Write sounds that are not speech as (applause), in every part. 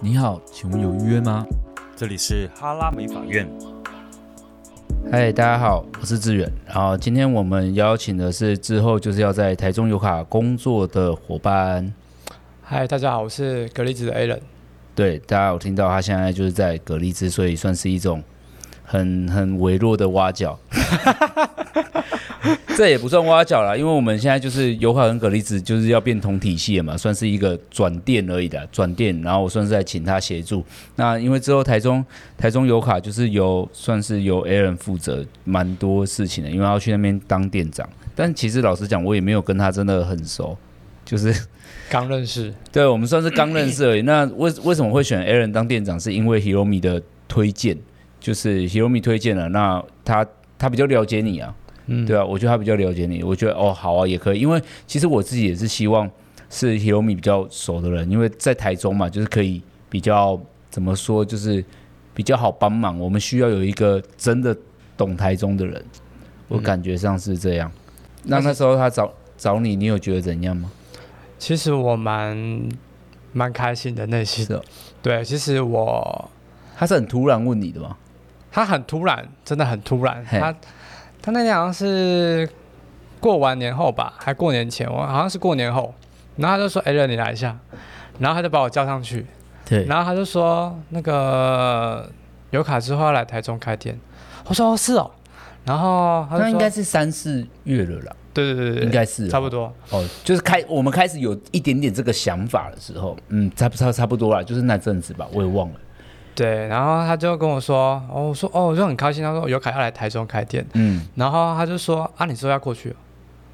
你好，请问有预约吗？这里是哈拉美法院，嗨，大家好，我是志远。然后今天我们邀请的是之后就是要在台中油卡工作的伙伴。嗨，大家好，我是格力子的 a l a n 对，大家有听到他现在就是在蛤蜊之，所以算是一种很很微弱的挖角。 (laughs) 这也不算挖角啦，因为我们现在就是油卡跟蛤蜊子就是要变同体系了嘛，算是一个转店而已的转店。然后我算是在请他协助。那因为之后台中台中油卡就是由算是由 Aaron 负责蛮多事情的，因为他要去那边当店长。但其实老实讲，我也没有跟他真的很熟，就是刚认识，对，我们算是刚认识而已。那为为什么会选 Aaron 当店长？是因为 Hiromi 的推荐，就是 Hiromi 推荐了，那他他比较了解你啊，嗯，对啊，我觉得他比较了解你，我觉得哦，好啊，也可以。因为其实我自己也是希望是 Hiromi 比较熟的人，因为在台中嘛，就是可以比较怎么说，就是比较好帮忙。我们需要有一个真的懂台中的人，我嗯感觉上是这样。那但是那时候他找找你，你有觉得怎样吗？其实我蛮蛮开心的内心，是哦对，其实我他是很突然问你的吗？他很突然，真的很突然，嘿他他那天好像是过完年后吧，还过年前，我好像是过年后，然后他就说 a l a n 你来一下，然后他就把我叫上去，对然后他就说那个有卡之后要来台中开店，我说哦是哦，然后他就那说应该是三四月了啦，对对对对，应该是差不多，哦，就是开我们开始有一点点这个想法的时候，嗯，差不差差不多啦，就是那阵子吧，我也忘了，对，然后他就跟我说，哦，我说哦，我就很开心。他说有凯要来台中开店，嗯，然后他就说啊，你之后要过去哦？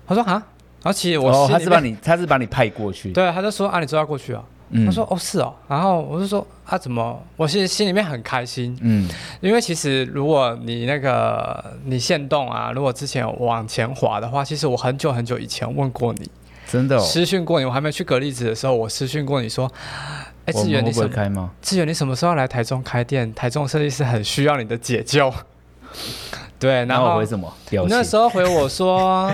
他说啊，然后其实我哦，心他里是把面你他是把你派过去，对，他就说啊，你之后要过去啊、嗯，他说哦是哦，然后我就说啊怎么？我其实心里面很开心，嗯，因为其实如果你那个你限动啊，如果之前有往前滑的话，其实我很久很久以前问过你，真的、哦，私讯过你，我还没去格力子的时候，我私讯过你说，哎，我志们远会你不什会么？开吗？志远，你什么时候要来台中开店？台中设计师很需要你的解 (laughs) 救。对，然然后后回什么？表你那时情？候回 (laughs) 我说，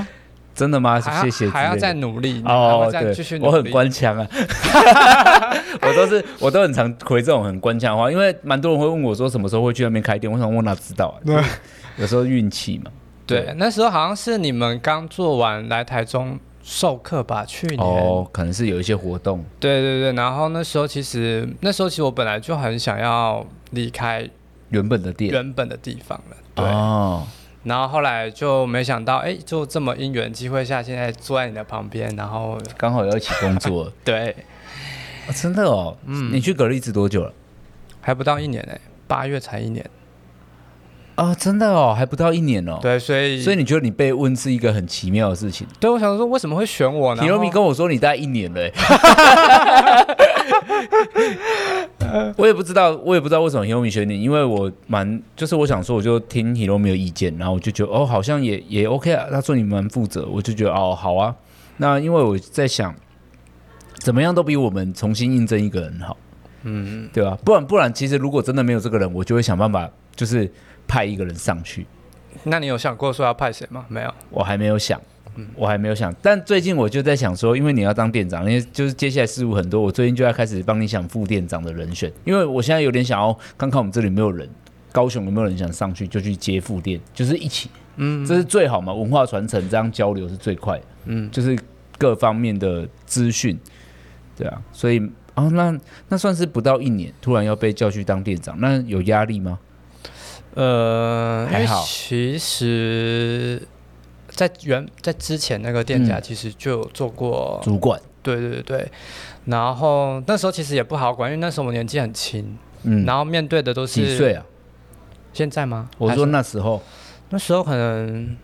真的吗？还谢谢之类的，要还要再努力，还哦要，再继对，续努力。我很官腔啊， (laughs) 我都是我都很常回这种很官腔的话，因为蛮多人会问我说什么时候会去那边开店，我想我哪知道啊？对有时候运气嘛。对，那时候好像是你们刚做完来台中授课吧，去年。哦，可能是有一些活动，对对对，然后那时候其实那时候其实我本来就很想要离开原本的店。原本的地方了，对。哦，然后后来就没想到，哎，就这么因缘机会下，现在坐在你的旁边，然后刚好要一起工作、对， (laughs) 哦真的哦。嗯，你去蛤蜊子多久了？还不到一年呢、八月才一年。哦，真的哦，还不到一年哦。，对，所以所以你觉得你被问是一个很奇妙的事情？对我想说，为什么会选我呢？体然罗后米跟我说你大概一年了、 (laughs) 欸，我也不知道，我也不知道为什么 Hiromi 选你，因为我蛮就是我想说，我就听 Hiromi 的意见，然后我就觉得哦，好像也也 OK 啊。他说你蛮负责，我就觉得哦，好啊。那因为我在想，怎么样都比我们重新应征一个人好，嗯，对吧？不然不然，其实如果真的没有这个人，我就会想办法就是派一个人上去。那你有想过说要派谁吗？没有。我还没有想，我还没有想。但最近我就在想说，因为你要当店长，因为就是接下来事务很多，我最近就要开始帮你想副店长的人选，因为我现在有点想要看看我们这里有没有人，高雄有没有人想上去就去接副店，就是一起，嗯，这是最好嘛，文化传承这样交流是最快，嗯，就是各方面的资讯，对啊，所以。哦，那那算是不到一年，突然要被叫去当店长，那有压力吗？呃，因还为好其实，在原在之前那个店家其实就有做过，嗯主管，对对对对。然后那时候其实也不好管，因为那时候我年纪很轻，嗯，然后面对的都是几岁？啊？现在吗？我还说是那时候，那时候可能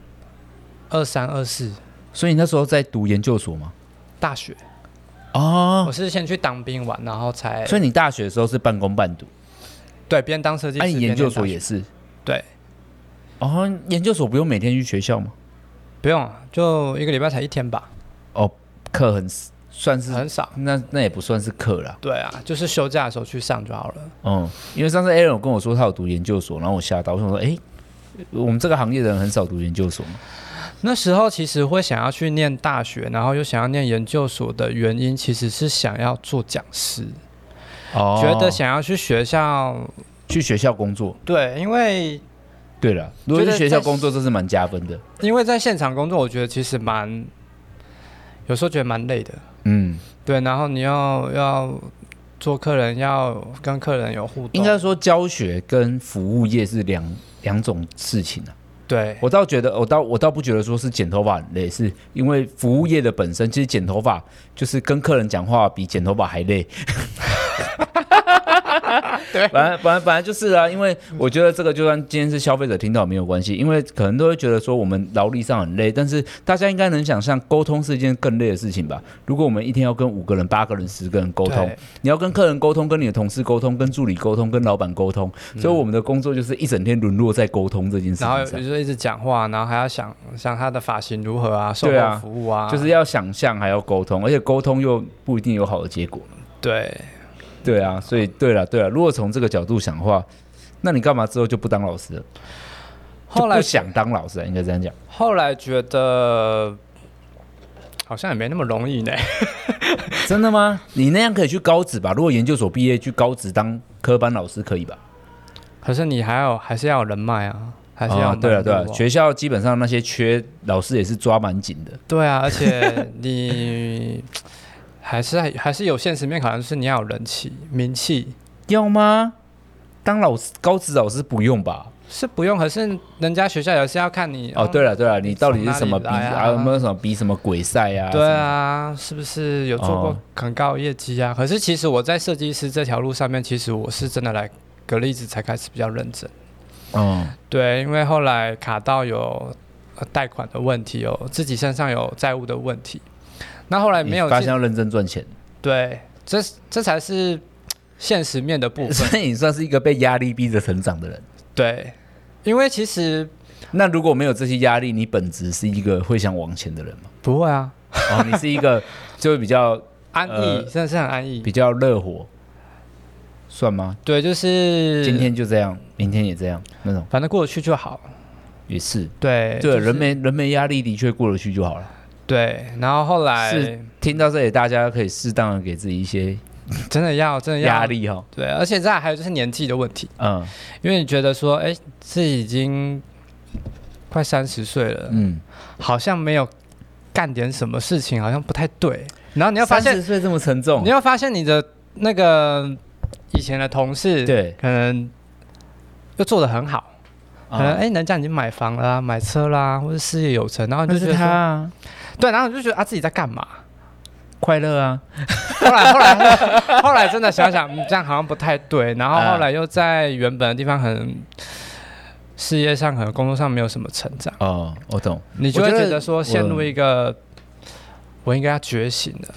二三二四所以你那时候在读研究所吗？大学，哦，我是先去当兵玩，然后才所以你大学的时候是半工半读，对边当设计那、师，啊你研边究念大所学也是？对。哦，研究所不用每天去学校吗？不用啊，就一个礼拜才一天吧，哦，课很算是很少。那那也不算是课啦。对啊，就是休假的时候去上就好了。嗯，因为上次 Aaron 有跟我说他有读研究所，然后我吓到，我想说，诶，我们这个行业的人很少读研究所嘛。那时候其实会想要去念大学，然后又想要念研究所的原因，其实是想要做讲师。哦觉得想要去学校，去学校工作。对，因为对了，如果觉去得学校在工作，这是蛮加分的。因为在现场工作，我觉得其实蛮，有时候觉得蛮累的，嗯，对，然后你要要做客人，要跟客人有互动，应该说教学跟服务业是两两种事情啊。对，我倒觉得，我倒我倒不觉得说是剪头发很累，是因为服务业的本身，其实剪头发就是跟客人讲话比剪头发还累。 (laughs) 对本来本来本来就是啊，因为我觉得这个就算今天是消费者听到也没有关系，因为可能都会觉得说我们劳力上很累，但是大家应该能想象，沟通是一件更累的事情吧？如果我们一天要跟五个人、八个人、十个人沟通对，你要跟客人沟通，跟你的同事沟通，跟助理沟通，跟老板沟通，所以我们的工作就是一整天沦落在沟通这件事然后情有上。时候一直讲话，然后还要想想他的发型如何啊，售对啊后服务啊，就是要想象，还要沟通，而且沟通又不一定有好的结果。对，对啊，所以对了对了，如果从这个角度想的话，那你干嘛之后就不当老师了？后就来不想当老师、啊，应该这样讲。后来觉得好像也没那么容易呢。真的吗？你那样可以去高职吧？如果研究所毕业去高职当科班老师可以吧？可是你还有还是要有人脉啊，还是要啊有、，对啊，对啊，对学校基本上那些缺老师也是抓蛮紧的。对啊，而且你 (laughs) 还是还是有现实面考量，就是你要有人气、名气要吗？当老师高职老师不用吧？是不用，可是人家学校也是要看你哦，对了对了，你到底是什么比从哪里来啊？啊有没有什么比什么鬼赛啊？对什么，啊，是不是有做过哦很高的业绩啊？可是其实我在设计师这条路上面，其实我是真的来格力子才开始比较认真。嗯，对，因为后来卡到有呃贷款的问题，有自己身上有债务的问题，那后来哎没有你发进现要认真赚钱，对，这这才是嘖现实面的部 (laughs) 分。所以你算是一个被压力逼着成长的人。对，因为其实那如果没有这些压力，你本质是一个会想往前的人 (laughs) 吗？不会啊，哦，你是一个就比较安逸、呃真的是很安逸比。较热火，算吗？对，就是今天就这样，明天也这样，那种反正过得去就好。也是。对，对，就是人没人没压力，的确过得去就好了。对，然后后来是听到这里，大家可以适当的给自己一些真的要真的要压。力哈。对，而且再来还有就是年纪的问题，嗯因为你觉得说，哎，自己已经快三十岁了，嗯，好像没有干点什么事情，好像不太对。然后你你要发现，岁这么沉重你，要发现你的那个以前的同事，，对，可能又做得很好，可能哎、啊诶人家已经买房啦、买车啦，或者事业有成，然后你那就是觉得他说啊对，然后你就觉得啊自己在干嘛？快乐啊， (laughs) 后来后来后来真的想想，嗯这样好像不太对。然后啊后来又在原本的地方很。事业上可能工作上没有什么成长，哦，我懂。你就会我觉得觉得说陷入我一个我应该要觉醒了。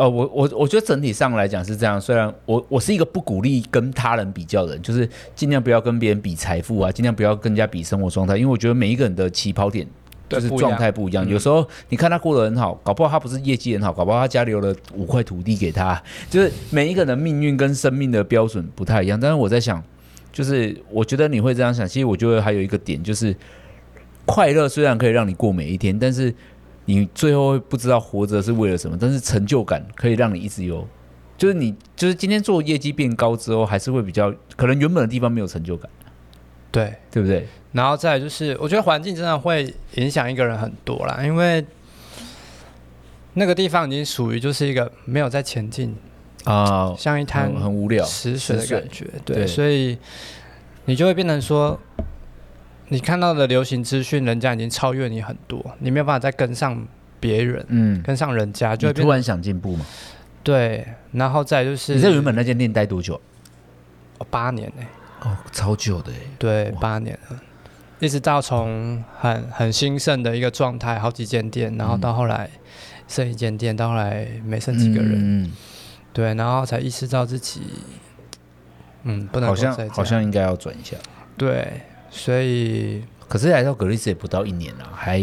哦，我我我觉得整体上来讲是这样，虽然我我是一个不鼓励跟他人比较的人，就是尽量不要跟别人比财富啊，尽量不要跟人家比生活状态，因为我觉得每一个人的起跑点对就是不一样嗯状态不一样。有时候你看他过得很好，搞不好他不是业绩很好，搞不好他家留了五块土地给他，就是每一个人的命运跟生命的标准不太一样。但是我在想，就是我觉得你会这样想，其实我觉得还有一个点就是，快乐虽然可以让你过每一天，但是你最后会不知道活着是为了什么，但是成就感可以让你一直有。就是你，就是今天做业绩变高之后，还是会比较可能原本的地方没有成就感，对，对不对？然后再来就是，我觉得环境真的会影响一个人很多啦，因为那个地方已经属于就是一个没有在前进，啊、像一滩很很无聊，死水的死水感觉。对，对所以你就会变成说，你看到的流行资讯，人家已经超越你很多，你没有办法再跟上别人，嗯，跟上人家，就你会突变成然想进步嘛？对。然后再来就是你在原本那间店待多久？哦八年呢、哦，超久的哎。对，八年了，一直到从很很兴盛的一个状态，好几间店，然后到后来剩一间店，到后来没剩几个人，嗯，对，然后才意识到自己，嗯，不能好够再这像样好像应该要转一下，对，所以可是来到格力斯也不到一年了，还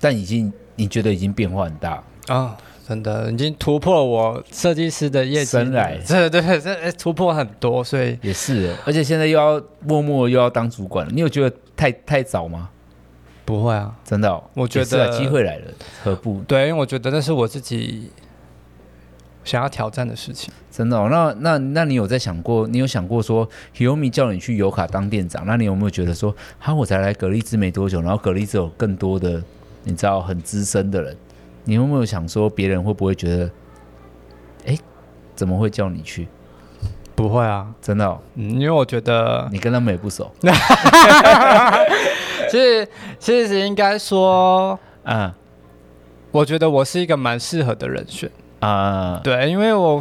但已经你觉得已经变化很大，啊、真的已经突破我设计师的业绩，生来对对对，这哎突破很多，所以也是，而且现在又要默默又要当主管了，你有觉得太太早吗？不会啊，真的哦、我觉也是啊得机会来了，何不对，因为我觉得那是我自己想要挑战的事情。真的、哦，那那那你有在想过，你有想过说 Hiromi 叫你去油卡当店长，那你有没有觉得说，哈，我才来格力兹没多久，然后格力兹有更多的你知道很资深的人，你有没有想说别人会不会觉得，哎，怎么会叫你去？不会啊，真的、哦，嗯，因为我觉得你跟他们也不熟其实其实应该说，啊我觉得我是一个蛮适合的人选。啊，对，因为我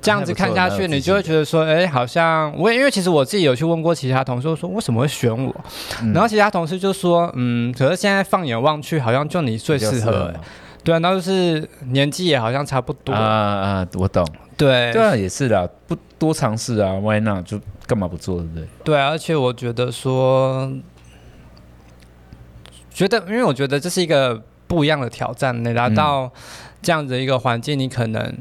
这样子看下还不错蛮有去，自信你就会觉得说，哎，好像我也因为其实我自己有去问过其他同事，我说为什么会选我，嗯然后其他同事就说，嗯，可是现在放眼望去，好像就你最比较适合、嘛对啊，那就是年纪也好像差不多，啊啊，我懂，对对啊，也是啦，不多尝试啊，Why not？就干嘛不做，对不对？对啊，而且我觉得说，觉得因为我觉得这是一个不一样的挑战，你来嗯到这样子一个环境，你可能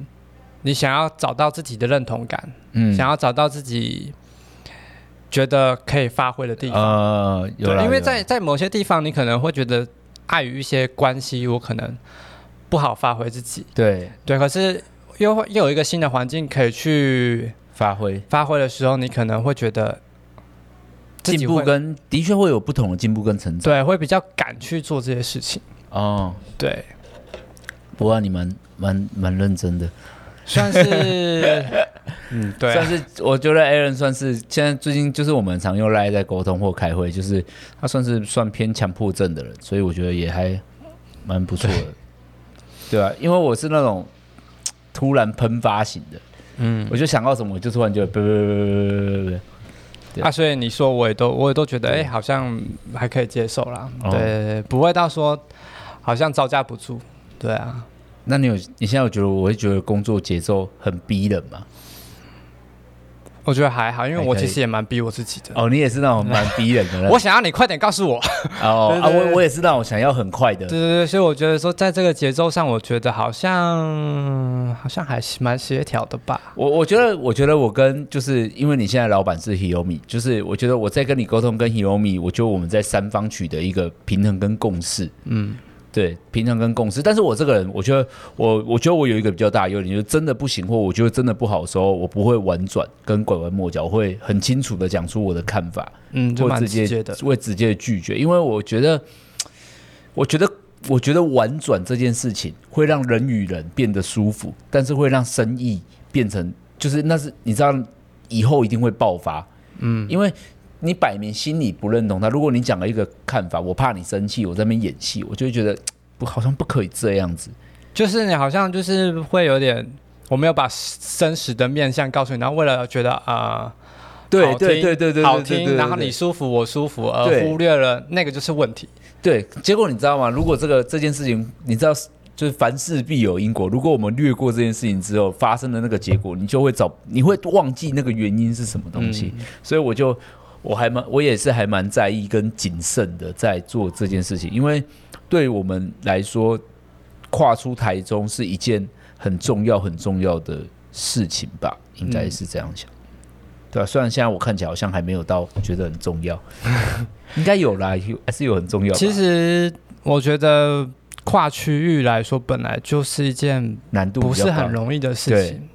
你想要找到自己的认同感，嗯，想要找到自己觉得可以发挥的地方，呃，有啦对，因为有啦在在某些地方，你可能会觉得碍于一些关系，我可能不好发挥自己，对对，可是又会又有一个新的环境可以去发挥发挥的时候，你可能会觉得。自己进步会跟的确会有不同的进步跟成长对，会比较敢去做这些事情。哦。对，不过啊你蛮蛮蛮认真的，算是， (laughs) 嗯，对算啊，是我觉得 Aaron 算是现在最近就是我们常用 Line 在沟通或开会，就是他算是算偏强迫症的人，所以我觉得也还蛮不错的，对啊，因为我是那种突然喷发型的，嗯我就想到什么我就突然就不不不不不不对啊，所以你说我也都，我也都觉得，哎、对好像还可以接受啦。哦对，不会到说好像招架不住。对啊，那你有你现在有觉得我会觉得工作节奏很逼人吗？我觉得还好，因为还我可其以实也蛮逼我自己的。哦，你也是那种蛮逼人的人，我想要你快点告诉我。 (laughs) 哦对啊，对对我我也是那种想要很快的 (laughs) 对，对对，所以我觉得说，在这个节奏上，我觉得好像好像还是蛮协调的吧。我我觉得，我觉得我跟就是因为你现在老板是 Hiromi，就是我觉得我在跟你沟通跟 Hiromi，我觉得我们在三方取得一个平衡跟共识，嗯，对，平衡跟共识。但是我这个人，我觉得我我觉得我有一个比较大的优点，就是真的不行或我觉得真的不好的时候，我不会婉转跟拐弯抹角，我会很清楚的讲出我的看法，嗯，就或蛮直接直接的。会直接拒绝，因为我觉得，我觉得，我觉得婉转这件事情会让人与人变得舒服，但是会让生意变成就是那是你知道以后一定会爆发，嗯，因为。你摆明心里不认同他，如果你讲了一个看法，我怕你生气，我在那边演戏，我就会觉得不好像不可以这样子。就是你好像就是会有点，我没有把真实的面相告诉你，然后为了觉得啊、对好听对对对对，好对听，然后你舒服我舒服，而对忽略了那个就是问题。对，结果你知道吗？如果这个这件事情，你知道，就是凡事必有因果。如果我们略过这件事情之后发生的那个结果，你就会找，你会忘记那个原因是什么东西。所以我就我还蛮，我也是还蛮在意跟谨慎的在做这件事情，因为对我们来说，跨出台中是一件很重要、很重要的事情吧，应该是这样想。对啊，虽然现在我看起来好像还没有到觉得很重要，应该有啦，有还是有很重要吧。其实我觉得跨区域来说，本来就是一件难度不比较是很高容易的事情，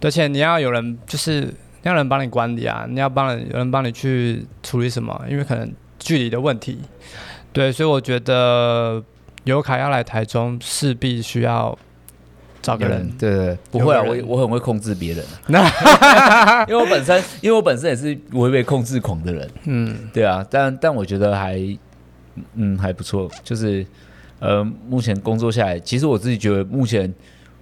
而且你要有人就是你要有人帮你管理啊，你要帮人有人帮你去处理什么，因为可能距离的问题，对，所以我觉得尤卡要来台中，势必需要找个有人。对对对，不会啊，有个我人我很会控制别人啊， (laughs) 因为我本身因为我本身也是我会被控制狂的人，嗯，对啊，但但我觉得还嗯还不错，就是呃目前工作下来，其实我自己觉得目前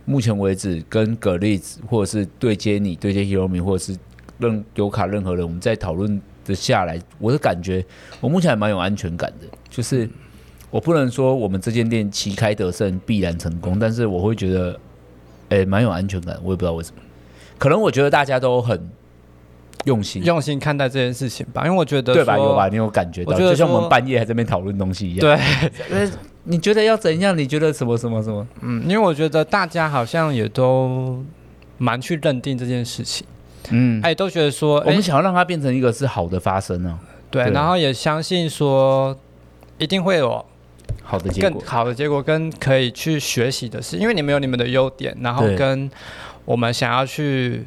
目前为止跟葛丽子或者是对接你对接 Hiromi 或者是任尤卡任何人，我们在讨论的下来，我的感觉我目前还蛮有安全感的，就是。我不能说我们这间店旗开得胜必然成功，但是我会觉得，哎、蛮有安全感。我也不知道为什么，可能我觉得大家都很用心，用心看待这件事情吧，因为我觉得对吧？说有吧？？你有感觉到，我觉得就像我们说半夜还在那边讨论东西一样。对， (laughs) 呃，你觉得要怎样？你觉得什么什么什么？嗯，因为我觉得大家好像也都蛮去认定这件事情，嗯，哎，都觉得说，我哎们，想要让它变成一个是好的发生呢、啊对，对然后也相信说一定会有好的结更果。好的结果，跟可以去学习的是，因为你们有你们的优点，然后对跟我们想要去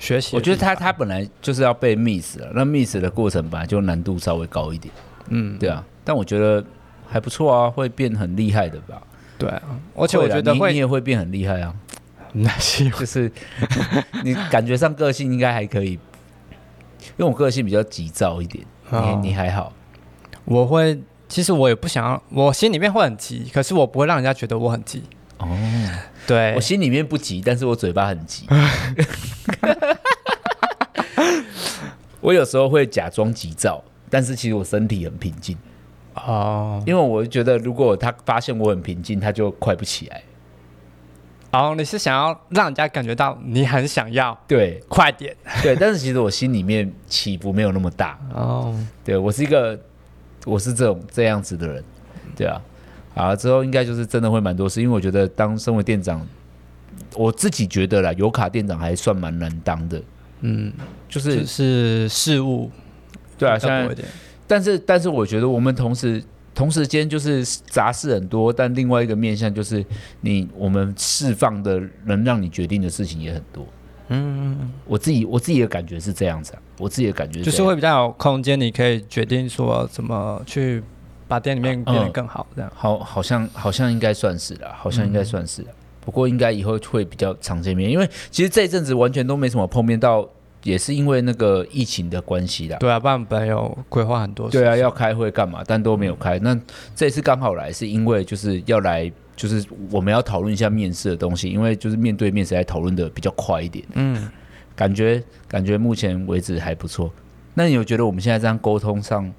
学习我的地方。觉得他他本来就是要被 miss 了，那 miss 的过程本来就难度稍微高一点，嗯，对啊。但我觉得还不错啊，会变很厉害的吧。对啊，而且我觉得啦你你会，也会变很厉害 (laughs) 啊，那希望就是你感觉上个性应该还可以，因为我个性比较急躁一点，哦你你还好，我会，其实我也不想要，我心里面会很急，可是我不会让人家觉得我很急。哦，对哎我，心里面不急，但是我嘴巴很 (laughs) 急。我有时候会假装急躁，但是其实我身体很平静，哦，因为我觉得如果他发现我很平静，他就快不起来。哦，你是想要让人家感觉到你很想要，对快点。对，但是其实我心里面起伏没有那么大。哦，对我是一个，我是这种这样子的人，对啊，啊之后应该就是真的会蛮多事，因为我觉得当身为店长，我自己觉得啦，油卡店长还算蛮难当的，嗯，就是、就是事物对啊，比较现在多一点但是，但是我觉得我们同时同时间就是杂事很多，但另外一个面向就是你我们释放的能让你决定的事情也很多。嗯，我自己我自己的感觉是这样子、啊，我自己的感觉就是这样会比较有空间，你可以决定说怎么去把店里面变得嗯更好，这样。好，好像好像应该算是啦，好像嗯应该算是啦。不过应该以后会比较常见面，因为其实这一阵子完全都没什么碰面到，也是因为那个疫情的关系啦。对啊，不然本来有规划很多事。对啊，要开会干嘛？但都没有开。那这次刚好来，是因为就是要来，就是我们要讨论一下面试的东西，因为就是面对面实在讨论的比较快一点。嗯，感觉感觉目前为止还不错。那你有觉得我们现在这样沟通上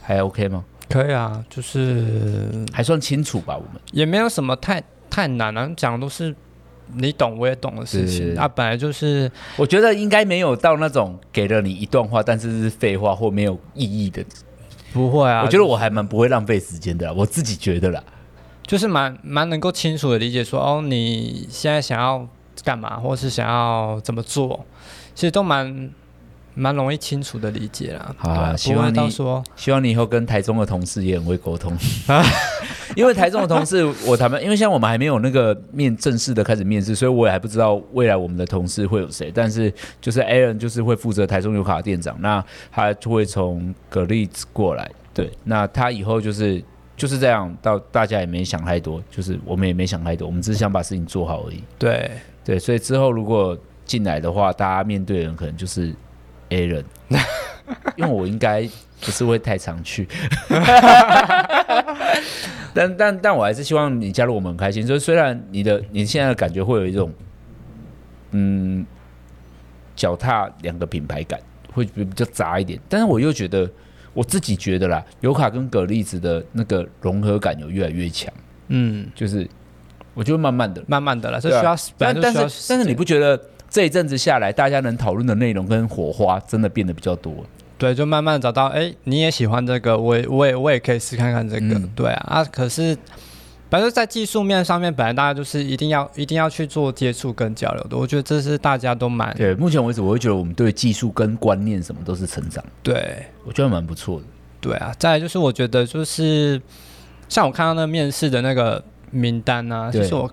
还 OK 吗？可以啊，就是还算清楚吧？我们也没有什么太太难啊，讲的都是你懂我也懂的事对对情对啊，本来就是我觉得应该没有到那种给了你一段话，但是是废话或没有意义的。不会啊。我觉得我还蛮不会浪费时间的啦，我自己觉得啦。就是蛮蛮能够清楚的理解说，哦，你现在想要干嘛，或是想要怎么做，其实都蛮蛮容易清楚的理解啦。好啊对希不望会到你说希望你以后跟台中的同事也很会沟通，因为台中的同事，我他们因为像我们还没有那个面正式的开始面试，所以我也还不知道未来我们的同事会有谁。但是就是 Aaron 就是会负责台中油卡的店长，那他就会从格力过来，对，那他以后就是就是这样，到大家也没想太多，就是我们也没想太多，我们只是想把事情做好而已。对，对，所以之后如果进来的话，大家面对的人可能就是 A 人， (laughs) 因为我应该不是会太常去， (laughs) 但但但我还是希望你加入我们很开心。所以虽然你的你现在的感觉会有一种，嗯，脚踏两个品牌感，会比较杂一点，但是我又觉得。我自己觉得啦，尤卡跟葛粒子的那个融合感有越来越强，嗯，就是我觉得慢慢的，慢慢的了，这对啊需要、本但来就但需是要但是时你间不觉得这一阵子下来，大家能讨论的内容跟火花真的变得比较多？对，就慢慢找到，哎，你也喜欢这个，我也我也我也可以试看看这个，嗯对啊，啊，可是。反正在技术面上面，本来大家就是一定要一定要去做接触跟交流的，我觉得这是大家都蛮对，目前为止，我会觉得我们对技术跟观念什么都是成长，对我觉得蛮不错的。对啊，再来就是我觉得就是像我看到那面试的那个名单啊，对其实我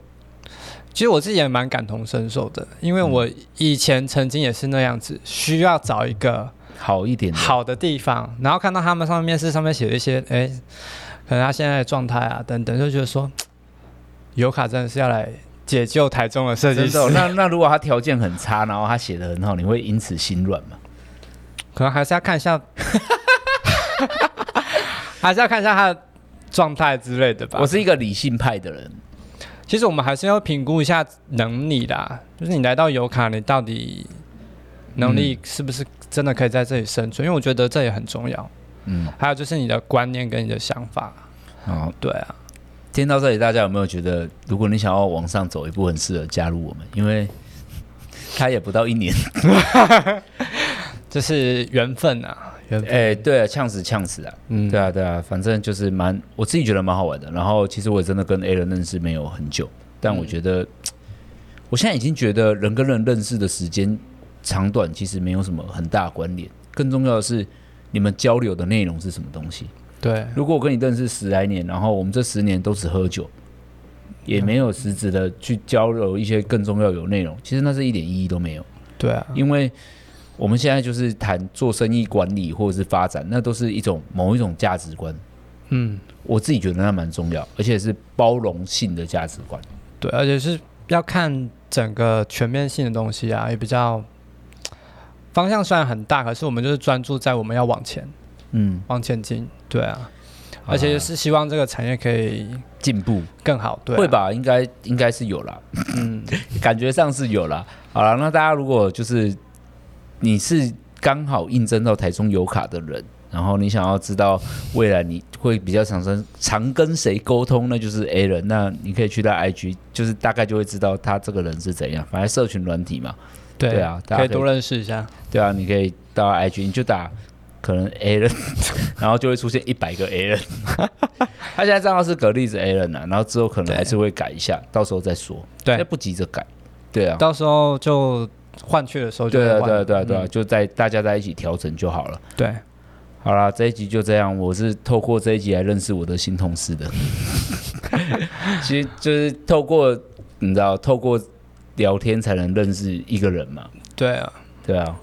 其实我自己也蛮感同身受的，因为嗯我以前曾经也是那样子，需要找一个好一点的，好的地方，然后看到他们上面面试上面写的一些，哎，可能他现在的状态啊等等，就觉得说，尤卡真的是要来解救台中的设计真师的哦、，那那如果他条件很差，然后他写的很好，你会因此心软吗？ (laughs) 可能还是要看一下， (laughs) 还是要看一下他的状态之类的吧。我是一个理性派的人，其实我们还是要评估一下能力啦，就是你来到油卡，你到底能嗯力是不是真的可以在这里生存？因为我觉得这也很重要。嗯，还有就是你的观念跟你的想法，好，对啊，哦听到这里，大家有没有觉得，如果你想要往上走一步，很适合加入我们，因为他也不到一年，这是缘分啊，缘分。哎、对、啊，呛死呛死啊，嗯，对啊，对啊，反正就是蛮，我自己觉得蛮好玩的。然后其实我也真的跟 A 人认识没有很久，但我觉得、我现在已经觉得人跟人认识的时间长短其实没有什么很大的关联，更重要的是你们交流的内容是什么东西。对，啊如果我跟你认识十来年，然后我们这十年都只喝酒，也没有实质的去交流一些更重要有内容，其实那是一点意义都没有。对啊，因为我们现在就是谈做生意管理或者是发展，那都是一种某一种价值观。嗯，我自己觉得那蛮重要，而且是包容性的价值观。对，而且是要看整个全面性的东西啊，也比较方向虽然很大，可是我们就是专注在我们要往前嗯，往前进，对啊，而且是希望这个产业可以进步更好，对、啊会？吧？应该应该是有啦，嗯， (laughs) 感觉上是有啦。好了，那大家如果就是你是刚好应征到台中油卡的人，然后你想要知道未来你会比较常生常跟谁沟通，那就是 A 人，那你可以去他 IG，就是大概就会知道他这个人是怎样。反正社群软体嘛，对对啊大家可以可以多认识一下，对啊，你可以到 IG，你就打可能 A 人， (laughs) 然后就会出现一百个 A 人。 (laughs) 他现在账号是格力子 A 人啊，然后之后可能还是会改一下，到时候再说，对现在不急着改。对啊，到时候就换去的时候就对啊，会换对啊，对啊，对啊，嗯就在大家在一起调整就好了。对，好啦，这一集就这样。我是透过这一集来认识我的新同事的， (laughs) 其实就是透过你知道，透过聊天才能认识一个人嘛。对啊，对啊，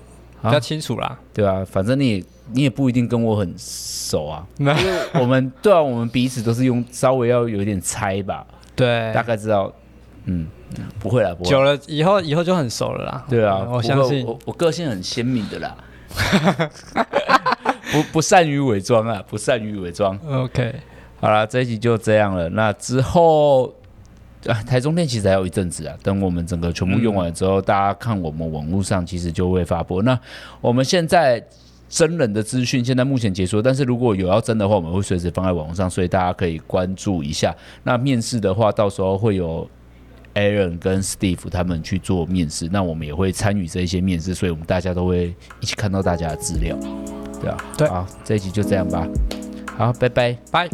比较清楚啦，对啊，反正你也你也不一定跟我很熟啊。 (laughs) 那我们对啊，我们彼此都是用稍微要有一点猜吧，对大，概知道。嗯，不会啦，不会啦久。了以后以后就很熟了啦， (laughs) 对啊，嗯我不相过信我我个性很鲜明的啦， (laughs) 不不善于伪装啊，不善于伪装。 ，OK，好啦，这一集就这样了。那之后啊，台中店其实还有一阵子啊，等我们整个全部用完之后，大家看我们网络上其实就会发布。那我们现在。真人的资讯现在目前结束，但是如果有要真的话，我们会随时放在网络上，所以大家可以关注一下。那面试的话，到时候会有 Aaron 跟 Steve 他们去做面试，那我们也会参与这一些面试，所以我们大家都会一起看到大家的资料，对啊，对好，这一集就这样吧，好，拜拜。拜。